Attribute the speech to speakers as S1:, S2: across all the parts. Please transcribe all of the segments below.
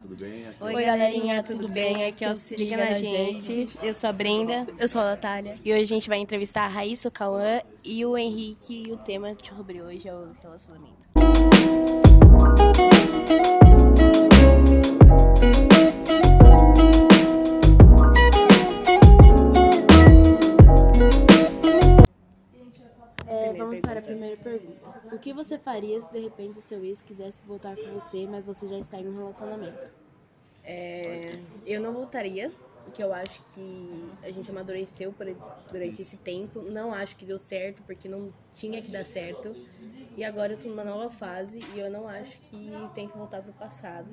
S1: bem? Aqui
S2: Oi, galerinha, tudo bem? Aqui é o Se Liga na Gente. Eu sou a Brenda
S3: Eu sou a Natália.
S2: e hoje a gente vai entrevistar a Raíssa, o Cauã e o Henrique. E o tema que eu roubei hoje é o relacionamento.
S3: É, vamos para a primeira pergunta. O que você faria se de repente o seu ex quisesse voltar com você, mas você já está em um relacionamento?
S2: É, eu não voltaria, porque eu acho que a gente amadureceu por- durante esse tempo. Não acho que deu certo, porque não tinha que dar certo. E agora eu tô numa nova fase e eu não acho que tem que voltar pro passado,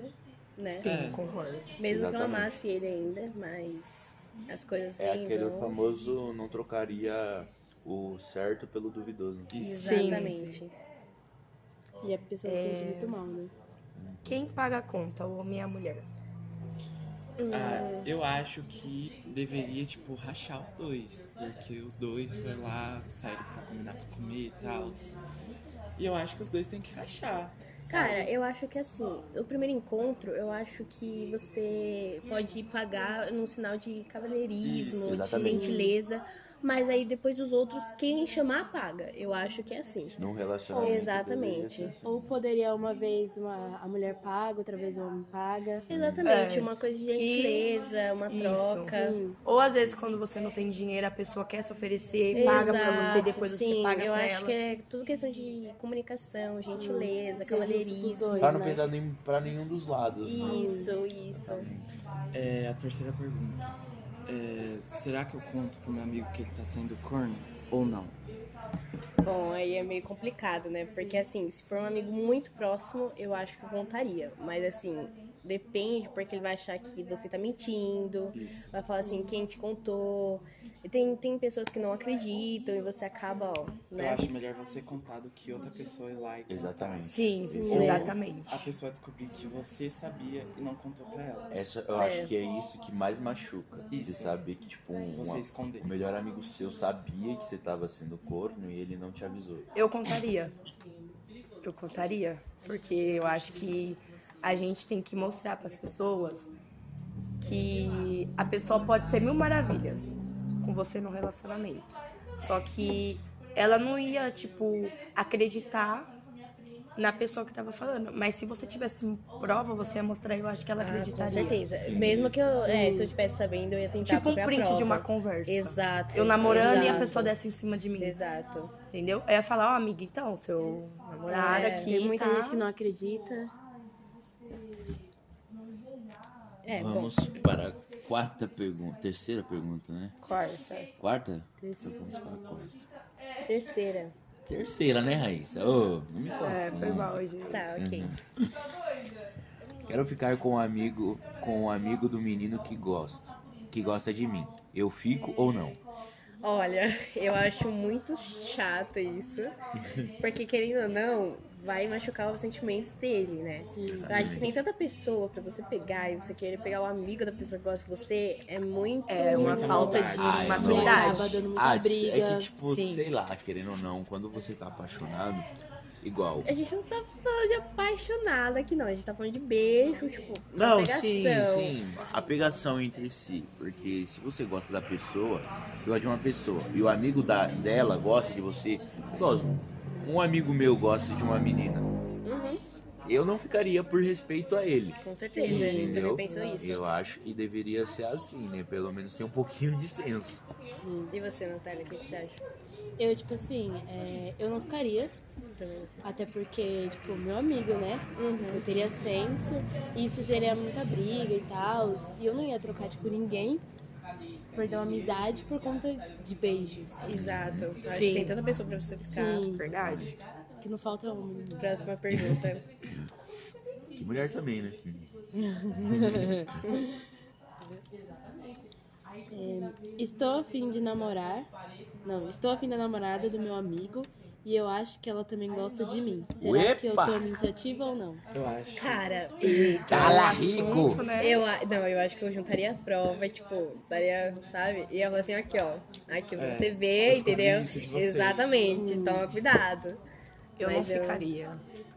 S2: né?
S4: Concordo.
S2: Mesmo que eu
S1: É. Exatamente.
S2: amasse ele ainda, mas as coisas
S1: É
S2: vêm e
S1: aquele
S2: vão.
S1: famoso não trocaria o certo pelo duvidoso.
S2: Exatamente.
S3: E a pessoa se sente
S4: É.
S3: muito mal, né?
S4: Quem paga a conta, o homem e a mulher?
S2: É.
S5: Ah, eu acho que deveria, tipo, rachar os dois. Porque os dois foram lá, saíram pra combinar pra comer e tal. E eu acho que os dois têm que rachar.
S2: Cara, eu acho que assim, o primeiro encontro, eu acho que você pode pagar num sinal de
S1: Isso,
S2: cavalheirismo, de
S1: exatamente.
S2: gentileza, mas aí depois os outros, quem chamar, paga. Eu acho que é assim.
S1: Num relacionamento.
S2: Exatamente.
S1: deveria ser assim.
S3: Ou poderia uma vez uma, a mulher paga, outra vez o homem paga.
S2: Exatamente,
S4: É.
S2: uma coisa de gentileza, uma
S4: Isso. É.
S2: troca.
S3: Sim.
S4: Ou às vezes quando você não tem dinheiro, a pessoa quer se oferecer,
S2: Exato,
S4: paga pra você, depois
S2: sim,
S4: você paga
S2: Eu
S4: pra
S2: acho
S4: ela.
S2: que é tudo questão de comunicação, gentileza,
S3: Ser justo pros
S2: cavalheirismo.
S3: dois,
S1: Pra não
S3: né?
S1: pesar nem, pra nenhum dos lados. né?
S2: Isso, isso.
S5: É, a terceira pergunta. É, será que eu conto pro meu amigo que ele tá sendo corno ou não?
S2: Bom, aí é meio complicado, né? Porque assim, se for um amigo muito próximo, eu acho que eu contaria. Mas assim, depende, porque ele vai achar que você tá mentindo,
S5: Isso.
S2: vai falar assim, quem te contou. E tem, tem pessoas que não acreditam e você acaba, ó,
S5: Eu
S2: né?
S5: acho melhor você contar do que outra pessoa ir lá e contar.
S1: Exatamente. é
S4: Sim,
S1: Sim.
S4: exatamente.
S5: A pessoa descobrir que você sabia e não contou pra ela.
S1: Essa, eu
S2: É.
S1: acho que é isso que mais machuca. Você
S5: Isso.
S1: saber que, tipo, um,
S5: Você
S1: um-
S5: esconder.
S1: o melhor amigo seu sabia que você tava sendo corno e ele não te avisou.
S4: Eu contaria. Eu contaria. Porque eu acho que a gente tem que mostrar pras pessoas que a pessoa pode ser mil maravilhas com você no relacionamento. Só que ela não ia, tipo, acreditar na pessoa que tava falando. Mas se você tivesse prova, você ia mostrar, eu acho que é ela
S2: Ah, com
S4: acreditaria.
S2: certeza. Mesmo que eu, é, se eu estivesse sabendo, eu ia tentar
S4: tipo um
S2: procurar
S4: print de
S2: prova.
S4: uma conversa.
S2: Exato.
S4: Eu namorando e a
S2: exato,
S4: pessoa desse em cima de mim.
S2: Exato.
S4: Entendeu? Aí eu ia falar, ó, amiga, então, seu namorado
S2: É,
S4: aqui.
S3: Tem muita
S4: tá...
S3: gente que não acredita.
S2: É, bom.
S6: Vamos para a quarta pergunta, terceira pergunta, né?
S4: Quarta.
S6: Quarta?
S3: Terceira.
S6: Então vamos para a quarta.
S2: Terceira.
S6: Terceira, né, Raíssa? Ô, não me confunde.
S4: É, foi mal, gente.
S2: Tá, ok.
S6: Quero ficar com um amigo, com um amigo do menino que gosta, que gosta de mim. Eu fico ou não?
S2: Olha, eu acho muito chato isso. Porque, querendo ou não, vai machucar os sentimentos dele, né? Eu acho que sem tanta pessoa pra você pegar e você querer pegar o amigo da pessoa que gosta de você, é muito.
S4: É uma falta de
S6: Ah, não.
S4: maturidade.
S3: Acaba dando muita
S6: Ah,
S3: briga.
S6: é que tipo,
S4: sim.
S6: sei lá, querendo ou não, quando você tá apaixonado, igual.
S2: A gente não tá falando de apaixonada aqui, não. A gente tá falando de beijo, tipo. uma
S6: Não,
S2: pegação.
S6: sim, sim. A pegação entre si. Porque se você gosta da pessoa, você gosta de uma pessoa, e o amigo da, dela gosta de você, igual, um amigo meu gosta de uma menina. Eu não ficaria por respeito a ele.
S2: Com certeza, a gente também
S6: entendeu?
S2: pensou isso.
S6: Eu acho que deveria ser assim, né? Pelo menos tem um pouquinho de senso.
S2: E você, Natália, o que que você acha?
S3: Eu, tipo assim, é, eu não ficaria. Até porque, tipo, meu amigo, né?
S4: Uhum.
S3: Eu teria senso. E isso geraria muita briga e tal. E eu não ia trocar, tipo, ninguém. Perdão, amizade por conta de beijos.
S2: Exato. Eu acho que
S4: Sim.
S2: tem tanta pessoa pra você ficar.
S3: Sim,
S4: Verdade.
S3: que não falta um.
S2: Próxima pergunta.
S6: Que mulher também, né?
S3: Estou afim de namorar. Não, estou afim da namorada do meu amigo. E eu acho que ela também gosta de mim. Será que eu
S6: Uepa!
S3: tomo iniciativa ou não?
S5: Eu acho.
S2: Cara,
S6: Tá lá, rico!
S4: Muito, né?
S2: Eu, a- não, eu acho que eu juntaria a prova, tipo, daria, sabe? E ia falar assim, aqui, ó. Aqui pra
S5: É,
S2: você ver,
S5: descobri
S2: entendeu?
S5: isso de você.
S2: Exatamente, toma cuidado.
S4: Eu não
S2: Mas eu-
S4: ficaria.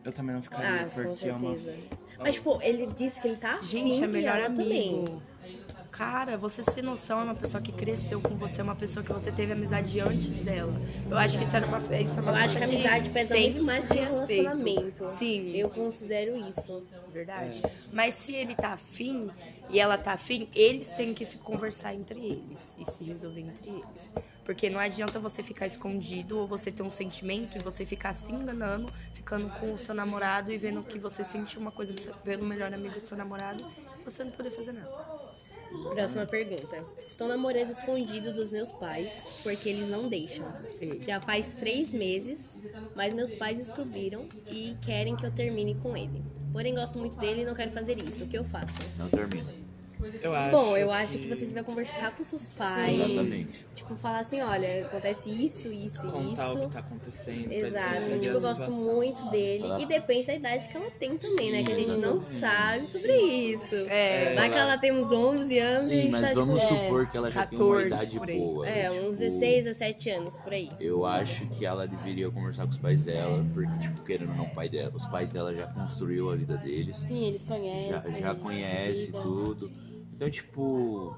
S5: Eu também não ficaria,
S2: Ah, com
S5: porque é uma
S2: certeza. Mas, tipo, ele disse que ele tá afim
S4: Gente, é
S2: e
S4: melhor
S2: ela
S4: amigo.
S2: também.
S4: Cara, você sem noção é uma pessoa que cresceu com você, é uma pessoa que você teve amizade antes dela. Eu acho que isso era uma festa.
S2: Eu acho que a amizade pesa muito mais que
S4: respeito.
S2: relacionamento.
S4: Sim.
S2: Eu considero isso.
S4: Verdade. Mas se ele tá afim e ela tá afim, eles têm que se conversar entre eles e se resolver entre eles. Porque não adianta você ficar escondido ou você ter um sentimento e você ficar se enganando, ficando com o seu namorado e vendo que você sente uma coisa, vendo o melhor amigo do seu namorado, e você não poder fazer nada.
S2: Próxima pergunta. Estou namorando escondido dos meus pais, porque eles não deixam.
S4: Ei.
S2: Já faz três meses, mas meus pais descobriram e querem que eu termine com ele. Porém, gosto muito dele e não quero fazer isso. O que eu faço?
S6: Não termina.
S5: Eu acho
S2: Bom, eu acho que você vai conversar com seus pais.
S6: Exatamente.
S2: Tipo, falar assim, olha, acontece isso, isso e
S5: contar o
S2: isso.
S5: que tá acontecendo. pra
S2: Exato,
S5: desenvolver
S2: tipo, eu
S5: a
S2: gosto
S5: situação.
S2: muito dele. E depende da idade que ela tem também, né? Que a gente não sabe sobre isso.
S4: É.
S2: Vai que ela tem uns 11 anos e a
S6: Sim,
S2: gente
S6: mas
S2: tá,
S6: vamos
S2: tipo,
S6: supor que ela já tem uma
S4: 14
S6: idade
S4: por aí.
S6: boa.
S2: é,
S6: tipo,
S2: uns 16, 17 anos, por aí.
S6: Eu acho que ela deveria conversar com os pais dela, porque, tipo, querendo ou não, o pai dela, os pais dela já construiu a vida deles.
S3: Sim,
S2: é
S3: eles
S6: já,
S3: conhecem.
S6: já conhece
S3: lidam.
S6: tudo. Então, tipo,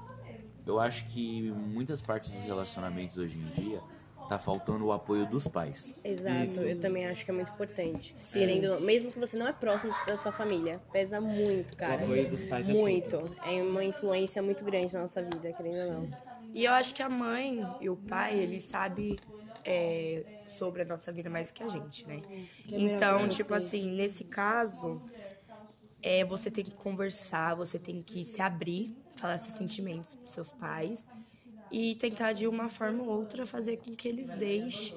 S6: eu acho que muitas partes dos relacionamentos hoje em dia tá faltando o apoio dos pais.
S2: Exato,
S5: Isso.
S2: eu também acho que é muito importante. Querendo, ou não, mesmo que você não é próximo da sua família, pesa muito, cara.
S5: apoio dos pais é
S2: muito. É, uma influência muito grande na nossa vida, querendo ou não.
S4: E eu acho que a mãe e o pai, eles sabem é, sobre a nossa vida mais que a gente, né?
S3: é melhor
S4: Então,
S3: pra
S4: tipo
S3: vocês.
S4: assim, nesse caso, é, você tem que conversar, você tem que se abrir, falar seus sentimentos pros seus pais e tentar de uma forma ou outra fazer com que eles deixem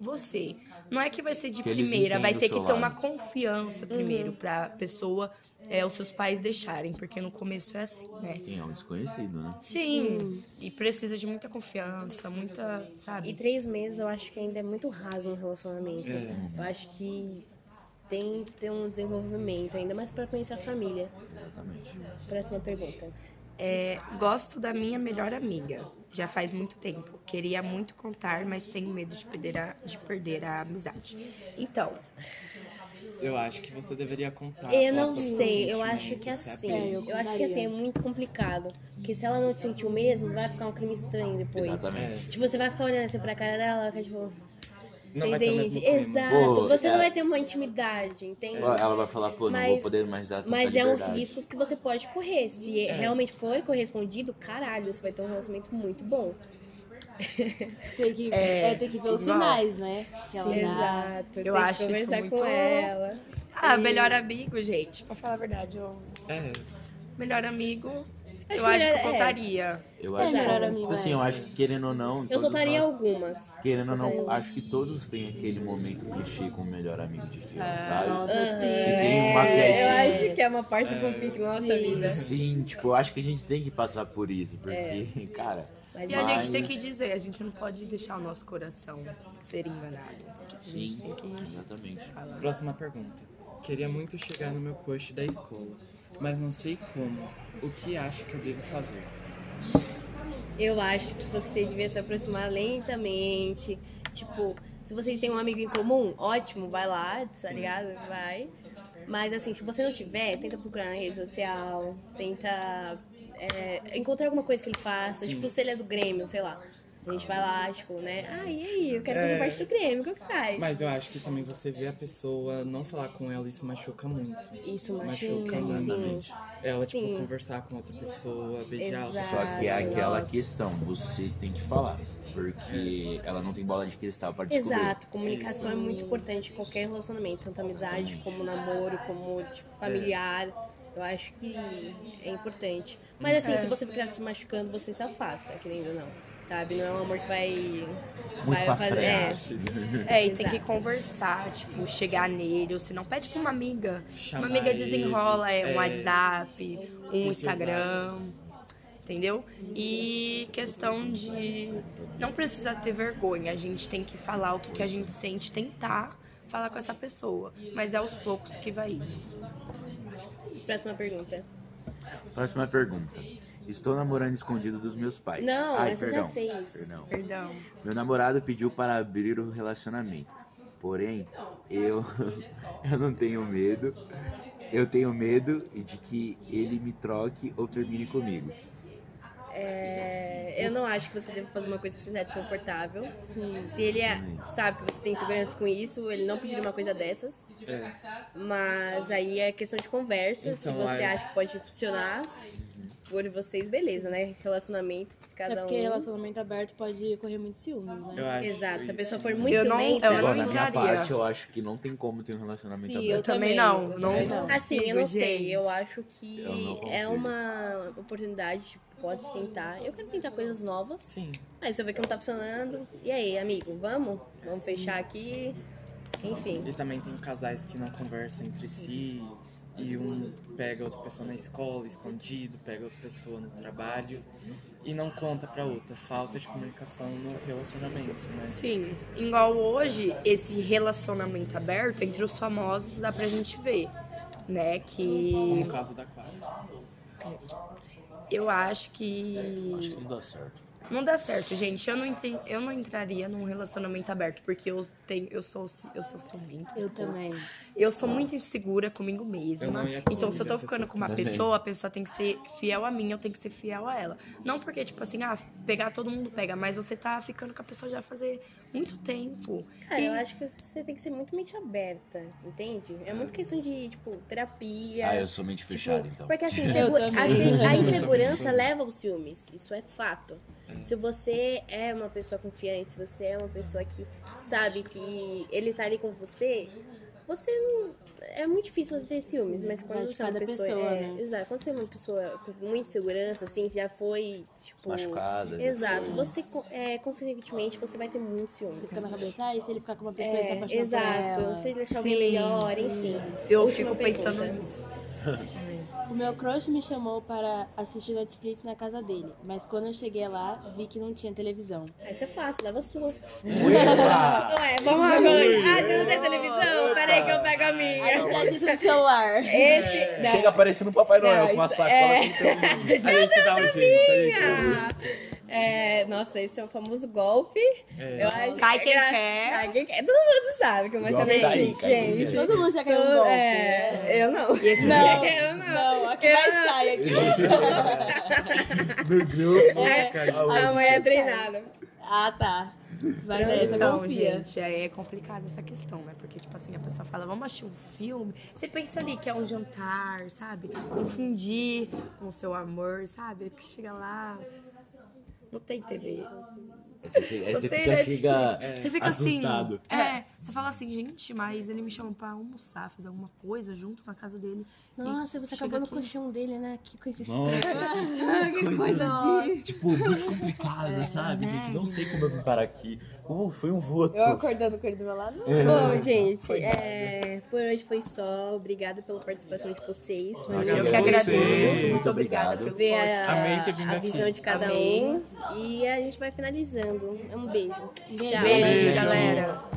S4: você. Não é que vai ser de
S6: Que eles
S4: primeira, vai
S6: entendam
S4: ter
S6: o
S4: que
S6: seu
S4: ter
S6: lado.
S4: uma confiança primeiro pra pessoa, é, os seus pais deixarem, porque no começo é assim, né?
S6: Sim, é um desconhecido, né?
S4: Sim. E precisa de muita confiança, muita,
S2: E
S4: sabe?
S2: três meses eu acho que ainda é muito raso um relacionamento.
S5: É.
S2: Eu acho que tem que ter um desenvolvimento, ainda mais pra conhecer a família.
S6: Exatamente.
S2: Próxima pergunta.
S4: É, gosto da minha melhor amiga. Já faz muito tempo. Queria muito contar, mas tenho medo de perder a, de perder a amizade. Então,
S5: Eu acho que você deveria contar.
S2: Eu
S5: falar
S2: não
S5: sobre
S2: sei,
S5: seus
S2: eu acho que é
S5: sentimentos, se
S2: assim.
S5: abrir.
S3: É, eu
S2: eu acho que assim é
S3: contaria.
S2: muito complicado. Porque se ela não te sentiu mesmo, vai ficar um crime estranho depois.
S5: É,
S6: Exatamente.
S2: Tipo, você vai ficar olhando assim pra cara dela, ela fica tipo.
S5: Não vai ter o mesmo
S2: entende?
S5: clima.
S2: Exato.
S6: Pô,
S2: você não
S6: é.
S2: vai ter uma intimidade,
S4: é.
S2: entende?
S6: Ela ela vai falar, pô, não
S2: Mas-
S6: vou poder mais dar tanta
S2: Mas é um
S6: liberdade.
S2: risco que você pode correr.
S5: É.
S2: Se realmente for correspondido, caralho, você vai ter um relacionamento muito bom.
S3: Tem que,
S4: É,
S3: é, tem que ver os
S4: igual.
S3: sinais, né? Que ela dá.
S2: Exato.
S4: Eu
S2: tem
S4: acho isso
S2: que conversar
S4: muito-
S2: com ela.
S4: ah, melhor amigo, gente. Pra falar a verdade, eu...
S5: É,
S4: melhor amigo,
S2: Acho
S4: eu acho
S2: melhor-
S4: que eu
S2: é.
S4: contaria.
S6: Eu acho
S3: melhor
S6: que,
S3: amigo,
S6: assim,
S3: é.
S6: eu acho que querendo ou não.
S2: Eu
S6: todos
S2: soltaria
S6: nós-
S2: algumas.
S6: Querendo ou
S2: Soltaria
S6: não, acho que todos têm aquele momento clichê com o melhor amigo de filme,
S4: É,
S6: sabe?
S3: Nossa,
S6: Que
S3: sim.
S6: tem uma
S2: É, eu
S6: quedinha.
S2: acho que é uma parte do fanfic da nossa vida.
S6: Sim, tipo, eu acho que a gente tem que passar por isso, porque, cara.
S2: É. Mas
S4: E a
S6: Mas-
S4: gente tem que dizer, a gente não pode deixar o nosso coração ser enganado. A gente
S6: Sim,
S4: tem que
S6: exatamente.
S4: falar.
S5: próxima pergunta. Queria muito chegar no meu crush da escola, mas não sei como. O que acho que eu devo fazer?
S2: Eu acho que você devia se aproximar lentamente. Tipo, se vocês têm um amigo em comum, ótimo, vai lá, tá ligado? Vai. Mas assim, se você não tiver, tenta procurar na rede social, tenta é, encontrar alguma coisa que ele faça. Tipo, se ele é do Grêmio, sei lá. A gente vai lá, tipo, né? Ah, e aí? Eu quero fazer
S5: É.
S2: parte do Grêmio, o que que faz?
S5: Mas eu acho que também você vê a pessoa não falar com ela, isso machuca muito.
S2: Isso machuca,
S5: muito.
S2: sim.
S5: Ela,
S2: Sim.
S5: tipo, conversar com outra pessoa, beijar outra
S2: Exato.
S6: Só que é aquela
S4: Nossa.
S6: questão, você tem que falar. Porque ela não tem bola de cristal pra descobrir.
S2: Exato, comunicação é muito importante em qualquer relacionamento, tanto amizade como namoro, como tipo, familiar. Eu acho que é importante. Mas assim, se você ficar se machucando, você se afasta, querendo ou não. Sabe? Não é um amor que vai.
S6: Muito
S2: vai
S6: pra
S2: fazer. É,
S6: frente.
S4: É, e tem
S2: Exato.
S4: que conversar, tipo, chegar nele, ou se não, pede pra uma amiga.
S2: Tá
S5: Chamar
S4: uma amiga
S5: ele,
S4: desenrola é, um
S5: é.
S4: WhatsApp, um
S5: Muito
S4: Instagram, entendeu? E questão de. Não precisa ter vergonha, a gente tem que falar o que, que a gente sente, tentar falar com essa pessoa. Mas é aos poucos que vai ir.
S2: próxima pergunta.
S6: Próxima pergunta. Estou namorando escondido dos meus pais.
S2: Não,
S6: Ai,
S2: essa já
S6: perdão.
S2: fez.
S6: Perdão.
S4: Perdão.
S6: Meu namorado pediu para abrir o relacionamento. Porém, eu, eu não tenho medo. Eu tenho medo de que ele me troque ou termine comigo.
S2: É, eu não acho que você deve fazer uma coisa que você está desconfortável.
S3: Sim.
S2: Se ele é- sabe que você tem segurança com isso, ele não pediria uma coisa dessas.
S5: É.
S2: Mas aí é questão de conversa. Se
S5: Então,
S2: você
S5: aí-
S2: acha que pode funcionar por vocês, beleza, né? Relacionamento de cada
S3: Até É porque
S2: um.
S3: relacionamento aberto pode correr muitos ciúmes, né?
S5: Eu acho
S2: Exato, se a
S5: isso
S2: pessoa for
S5: muito-
S2: muito
S4: Eu não-
S2: lenta,
S4: É, eu
S6: Agora, da minha
S4: entraria.
S6: parte, eu acho que não tem como ter um relacionamento
S3: Sim,
S6: aberto.
S3: eu também,
S4: também não,
S3: eu
S4: não-
S3: também não.
S2: Assim, eu
S4: consigo,
S2: não sei.
S4: gente.
S2: Eu acho que
S6: Eu não
S2: é
S6: consigo.
S2: uma oportunidade, tipo, posso tentar. Eu quero tentar coisas novas.
S5: Sim.
S2: Aí se eu ver que não tá funcionando. E aí, amigo, vamos? Vamos fechar aqui. Enfim.
S5: E também tem casais que não conversam entre si. E um pega outra pessoa na escola, escondido, pega outra pessoa no trabalho e não conta pra outra. Falta de comunicação no relacionamento, né?
S4: Sim, Assim, igual hoje, esse relacionamento aberto entre os famosos dá pra gente ver, né? Que
S5: Como o caso da Clara.
S4: eu acho que
S6: Acho que não dá certo.
S4: não dá certo, gente. Eu não, entrei, eu não entraria num relacionamento aberto, porque eu tenho. Eu sou eu sou ciumenta.
S3: Eu também.
S4: Eu sou muito insegura comigo
S5: Eu
S4: mesma.
S5: não ia conseguir
S4: Então, se eu tô
S5: a
S4: ficando
S5: pessoa
S4: com uma
S6: também.
S4: pessoa, a pessoa tem que ser fiel a mim, eu tenho que ser fiel a ela. Não porque, tipo assim, ah, pegar todo mundo pega, mas você tá ficando com a pessoa já fazer muito tempo.
S2: Cara,
S4: E-
S2: eu acho que você tem que ser muito mente aberta, entende? É muito questão de, tipo, terapia.
S6: Ah, eu sou mente fechada,
S2: Tipo,
S6: então.
S2: Porque assim,
S3: Eu
S2: insegu-
S3: também.
S2: assim, a
S5: Eu
S2: insegurança
S5: também.
S2: leva aos ciúmes. Isso é fato. Se você é uma pessoa confiante, se você é uma pessoa que sabe que ele tá ali com você, você não. É muito difícil você ter ciúmes, mas quando
S3: Vai de
S2: você é uma
S3: cada
S2: pessoa.
S3: pessoa,
S2: é,
S3: né?
S2: Exato. Quando você é uma pessoa com muita insegurança, assim, que já foi, tipo.
S6: Machucada. né?
S2: Exato. Você, co- é, consequentemente, você vai ter muito ciúmes.
S3: Você fica na cabeça, ah, e se ele ficar com uma pessoa e se
S2: É,
S3: apaixonar
S2: exato.
S3: por ela?
S2: Você deixar alguém
S4: Sim.
S2: melhor, enfim.
S4: Eu
S2: Última
S4: fico pensando
S2: pergunta.
S4: nisso.
S3: O meu crush me chamou para assistir Netflix na casa dele, mas quando eu cheguei lá, vi que não tinha televisão.
S2: Essa é fácil, leva a sua.
S6: Uepa!
S2: Ué, é,
S6: é
S2: vamos agora. Ah, você não tem televisão? Peraí que eu pego a
S3: Aí
S2: minha.
S3: você assiste no celular.
S2: Esse. Não.
S6: Chega parecendo um Papai Noel
S2: Não,
S6: com uma
S2: isso
S6: sacola
S2: é-
S6: com todo mundo.
S5: A gente dá um jeito, a gente dá um jeito.
S2: Ah, é, nossa, esse é o famoso golpe.
S5: É.
S2: Eu acho
S4: Cai quem
S2: gra-
S4: quer.
S2: Cai quem quer. Todo mundo sabe que o Marcelo é
S6: Golpe tá aí,
S2: assim,
S6: cai quem
S2: gente.
S6: quer.
S3: Todo mundo já caiu um
S2: Todo-
S3: golpe. né?
S2: é, eu não.
S3: Não,
S2: eu não.
S3: não, a que mais cai aqui.
S6: No grupo.
S2: É, a mãe é treinada.
S3: Ah, tá. Vai nessa,
S4: Então,
S3: confia.
S4: gente, aí é complicada essa questão, né? Porque, tipo assim, a pessoa fala, vamos assistir um filme. Você pensa ali que é um jantar, sabe? Confundir com o seu amor, sabe? Que chega lá. Não tem TV.
S6: Aí você chega- aí
S4: Não
S6: você
S4: tem
S6: fica,
S4: Netflix.
S6: chega
S4: Você fica
S6: assustado.
S4: assim. É, você fala assim, gente, mas ele me chamou pra almoçar, fazer alguma coisa junto na casa dele.
S2: Nossa, você
S4: Chega
S2: acabou no
S4: aqui.
S2: colchão dele, né? Que coisa estranha.
S6: Nossa,
S2: que coisa de...
S6: tipo, muito complicado, sabe, gente? Não sei como eu vim parar aqui. Uh, foi um voto.
S3: Eu acordando com ele do meu lado. não.
S2: Bom, gente, é, por hoje foi só. Obrigada pela participação de vocês. Foi
S6: Nossa,
S4: Eu
S2: muito
S4: que
S6: Você.
S2: bom
S4: agradeço, muito obrigada pelo
S2: ver
S4: podcast.
S2: a,
S5: Amei ter vindo
S2: a
S5: aqui.
S2: visão de cada
S4: Amei.
S2: um. E a gente vai finalizando. É um beijo.
S3: Beijo.
S2: Tchau.
S4: Beijo,
S5: Beijo.
S4: galera.